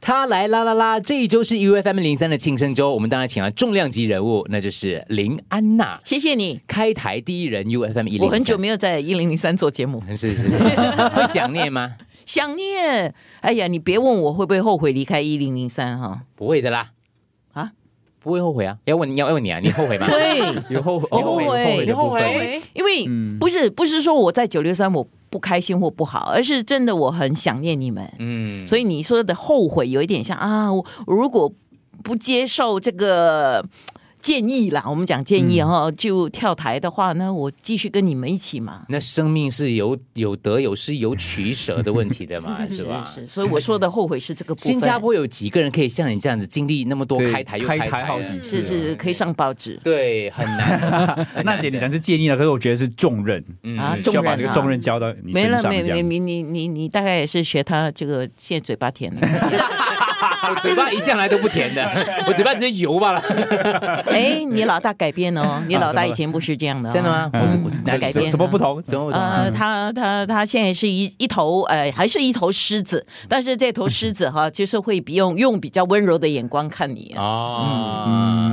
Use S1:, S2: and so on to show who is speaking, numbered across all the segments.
S1: 他来啦啦啦！这一周是 U F M 零三的庆生周，我们当然请来重量级人物，那就是林安娜，
S2: 谢谢你，
S1: 开台第一人 U F M 一零。
S2: 我很久没有在一零零三做节目，
S1: 是是，会想念吗？
S2: 想念。哎呀，你别问我会不会后悔离开一零零三哈，
S1: 不会的啦，
S2: 啊，
S1: 不会后悔啊！要问要问你啊，你后 悔吗？
S2: 对，
S1: 有后悔，有后悔，有后悔
S3: 你
S1: 的
S3: 后
S1: 部
S3: 悔
S1: 分。？
S2: 因为
S1: 嗯
S2: 不是不是说我在九六三我不开心或不好，而是真的我很想念你们，
S1: 嗯，
S2: 所以你说的后悔有一点像啊，我我如果不接受这个。建议啦，我们讲建
S1: 嗯
S2: 议哈、就跳台的话呢，我继续跟你们一起嘛。
S1: 那生命是有有得有失有取舍的问题的嘛，是吧？
S2: 是，所以我说的后悔是这个部分。
S1: 新加坡有几个人可以像你这样子经历那么多
S3: 对
S1: 开台又
S3: 开
S1: 台
S3: 台好
S1: 的
S3: 几次
S2: 是是是可以上报纸。
S1: 对，很难的。
S3: 娜姐，你讲是建议了，可是我觉得是重任，
S1: 嗯
S2: 啊
S1: 嗯
S2: 重
S3: 需要
S2: 任
S3: 把这个重任交到你
S2: 没
S3: 身
S2: 了，
S3: 上，
S2: 没
S3: 这
S2: 没
S3: 样。
S2: 你你你你大概也是学他这个现在嘴巴甜了。
S1: 我嘴巴一向来都不甜的，我嘴巴直接油罢了。
S2: 哎，你老大改变哦，你老大以前不是这样的、
S1: 嗯真的？吗？我是我
S2: 来
S1: 哪
S2: 改
S1: 改
S3: 怎
S2: 变
S1: 变？
S3: 怎么 不同？
S1: 怎么不懂啊？
S2: 呃，他他他现在是一一头呃，还是一头狮子，但是这头狮子哈， 就是会比用用比较温柔的眼光看你。啊，
S1: 哦，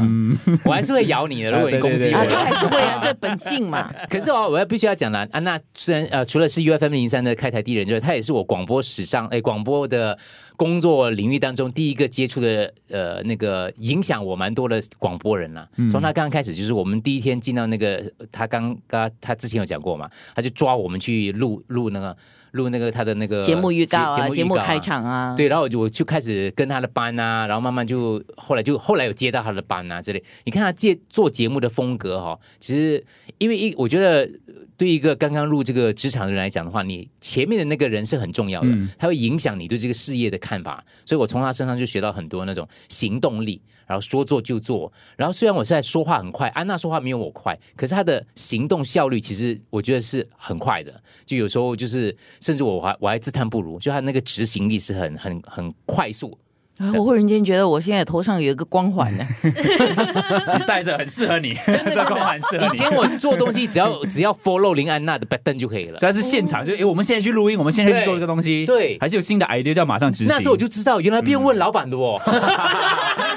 S1: 我还是会咬你的，如果你攻击
S3: 啊对对对
S2: 他
S1: 我。
S2: 还是会啊，这本性嘛。
S1: 可是哦，我要必须要讲啦，安娜虽然呃，除了是 U F M 零三的开台第一人之外，她也是我广播史上哎广播的工作领域当中第一个接触的呃那个影响我蛮多的广播人啦。
S2: 嗯
S1: 从她刚刚开始，就是我们第一天进到那个她刚刚她之前有讲过嘛，她就抓我们去录录那个录那个她的那个
S2: 节目预告啊，节目
S1: 预告
S2: 开场啊，
S1: 对，然后我就我就开始跟他的班啊，然后慢慢就后来就后来有接到他的班啊之类。你看他借做节目的风格哈、其实因为一我觉得呃对一个刚刚入这个职场的人来讲的话，你前面的那个人是很重要的，他会影响你对这个事业的看法。所以我从他身上就学到很多那种行动力，然后说做就做。然后虽然我现在说话很快，安娜说话没有我快，可是她的行动效率其实我觉得是很快的。就有时候就是，甚至我还我还自叹不如，就她那个执行力是很很很快速。
S2: 啊我忽然间觉得我现在头上有一个光环呢。
S3: 你戴着很适合你，这光环很适合
S1: 以
S3: 你。
S1: 前我做东西只要只要 follow 林安娜的 button 就可以了
S3: 主。要是现场，就哎，我们现在去录音，我们现在去
S1: 对
S3: 做这个东西，
S1: 对
S3: 还是有新的 idea 就要马上执行。
S1: 那时候我就知道，原来变问老板的 哦，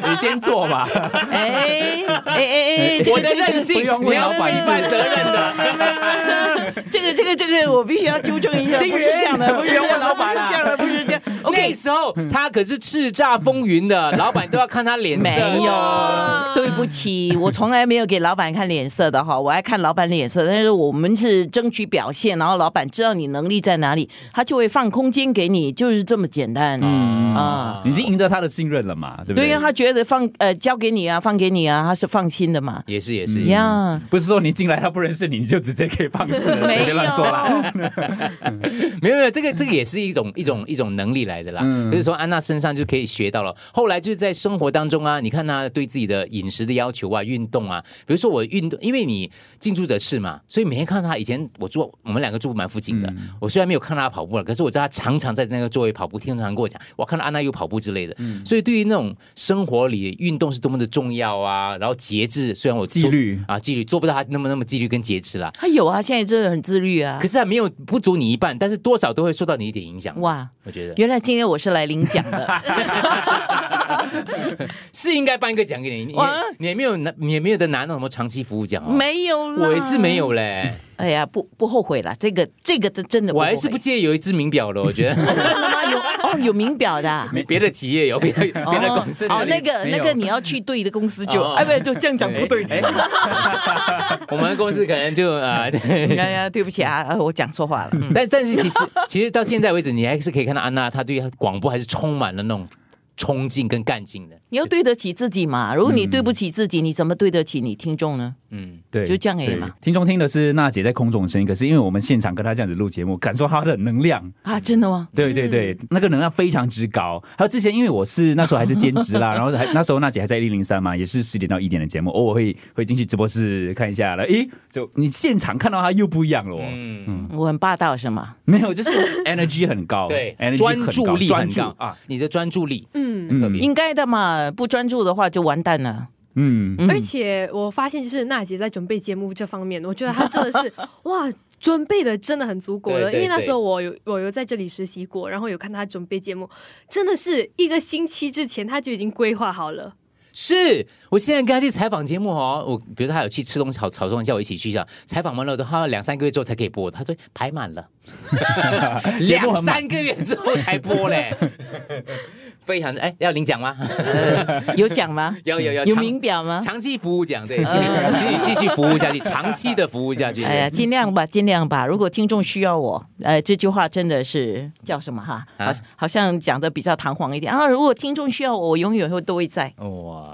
S3: 你先做吧，
S2: 哎哎哎哎，这
S1: 我
S2: 个
S1: 的
S2: 这个
S1: 任
S3: 不
S1: 性，
S3: 用问
S1: 你要
S3: 老板
S1: 你
S3: 是
S1: 负责任 的。
S2: 这个这个这个，我必须要纠正一下，
S1: 金
S2: 不是这 样的，
S1: 源不要
S2: 不是这
S1: 问
S2: 样的，
S1: 老
S2: 不是
S1: 板
S2: 这
S1: 啊
S2: 样的，不是这样。
S1: 那
S2: OK，
S1: 时候他可是叱咤风云 的，老板都要看他脸色。
S2: 没
S1: 哇
S2: 有，对不起，我从来没有给老板看脸色的哈，我爱看老板脸色。但是我们是争取表现，然后老板知道你能力在哪里，他就会放空间给你，就是这么简单。嗯啊。
S3: 你已经赢得他的信任了嘛，对不
S2: 对啊
S3: 对
S2: 呀，？他觉得放呃交给你啊，放给你啊，他是放心的嘛。
S1: 也是也是，
S2: 嗯呀，
S3: 不是说你进来他不认识你，你就直接可 以放肆了，随便乱做啦。
S1: 没有没有，这个这个也是一种一种一种能力来的啦。
S3: 嗯
S1: 就是说安娜身上就可以学到了。后来就是在生活当中啊，你看她对自己的饮食的要求啊、运动啊，比如说我运动，因为你近朱者赤嘛，所以每天看到她以前我住我们两个住蛮附近的，
S3: 嗯
S1: 我虽然没有看到她跑步了，可是我知道她常常在那个座位跑步，经常跟我讲，我看到安娜又跑步之类的。
S3: 嗯
S1: 所以对于那种生活里运动是多么的重要啊，然后节制，虽然我做
S3: 纪律
S1: 啊纪律做不到她那么那么纪律跟节制啦，
S2: 他有啊，现在真的很自律啊
S1: 可。是还没有不足你一半，但是多少都会受到你一点影响。
S2: 哇，
S1: 我觉得
S2: 原来今天我是来领奖 的。
S1: 是应该颁一个奖给你，你
S2: 哇
S1: 你也没有拿，你也没有得拿那什么长期服务奖哦。，
S2: 没有啦，
S1: 我也是没有嘞，
S2: 哎呀，不不后悔了，这个这个真真的
S1: 我
S2: 后悔
S1: 还是不介意有一只名 表的，我觉 得
S2: 真的吗？有哦，有名表的啊、
S1: 没别的企业有，别的
S2: 哦
S1: 别的公司
S2: 哦，
S1: 这里
S2: 那 个
S3: 没
S2: 那
S3: 有
S2: 个你要去对的公司就，
S1: 哦
S2: 哎，不对，这样讲不对。
S3: 哎
S1: 我们公司可能就呃，
S2: 哎呀，对不起啊，呃我讲错话了。嗯
S1: 但但是其实其实到现在为止，你还是可以看到安娜她对广播还是充满了那种冲劲跟干劲的。
S2: 你要对得起自己嘛，如果你对不起自己，你怎么对得起你听众呢？
S1: 嗯，
S3: 对，
S2: 就这样而已嘛
S3: 对。听众听的是娜姐在空中的声音，可是因为我们现场跟她这样子录节目，感受她的能量，
S1: 嗯
S2: 啊，真的吗？
S3: 对对对，那个能量非常之高。还有之前，因为我是那时候还是兼 职啦，然后还那时候娜姐还在一零三嘛，也是十点到一点的节目，偶尔会会进去直播室看一下了。诶，就你现场看到她又不一样了、哦，
S1: 嗯
S2: 我很霸道是吗？
S3: 没有，就是 energy 很高，
S1: 对
S3: energy，
S1: 专
S3: 很高
S1: 注力
S3: 专
S1: 很
S3: 注
S1: 高啊，你的专注力
S4: 嗯，
S1: 很特别。
S2: 应该的嘛，不专注的话就完蛋了。
S3: 嗯。
S4: 而且我发现就是娜姐在准备节目这方面，我觉得她真的是哇。准备的真的很足够的，
S1: 对对
S4: 因为那时候我有我有在这里实习过，然后有看他准备节目，真的是一个星期之前他就已经规划好了。
S1: 是我现在跟他去采访节目哦，我比如说他有去吃东西，好草中叫我一起去这样采访完了，都要两三个月之后才可以播，他说排满了，
S3: 节目
S1: 嗯两
S3: 很满
S1: 三个月之后才播 嘞，非常哎要领奖吗？
S2: 有奖吗？
S1: 有有 有啊
S2: 有
S1: 长
S2: 名表吗？
S1: 长期服务奖对，请你请你继续服务下去，长期的服务下去。
S2: 哎呀，尽量吧，尽量吧。如果听众需要我，呃，这句话真的是叫什么哈？
S1: 啊
S2: 好，好像讲的比较堂皇一点啊。如果听众需要我，我永远会都会在。
S1: 哇，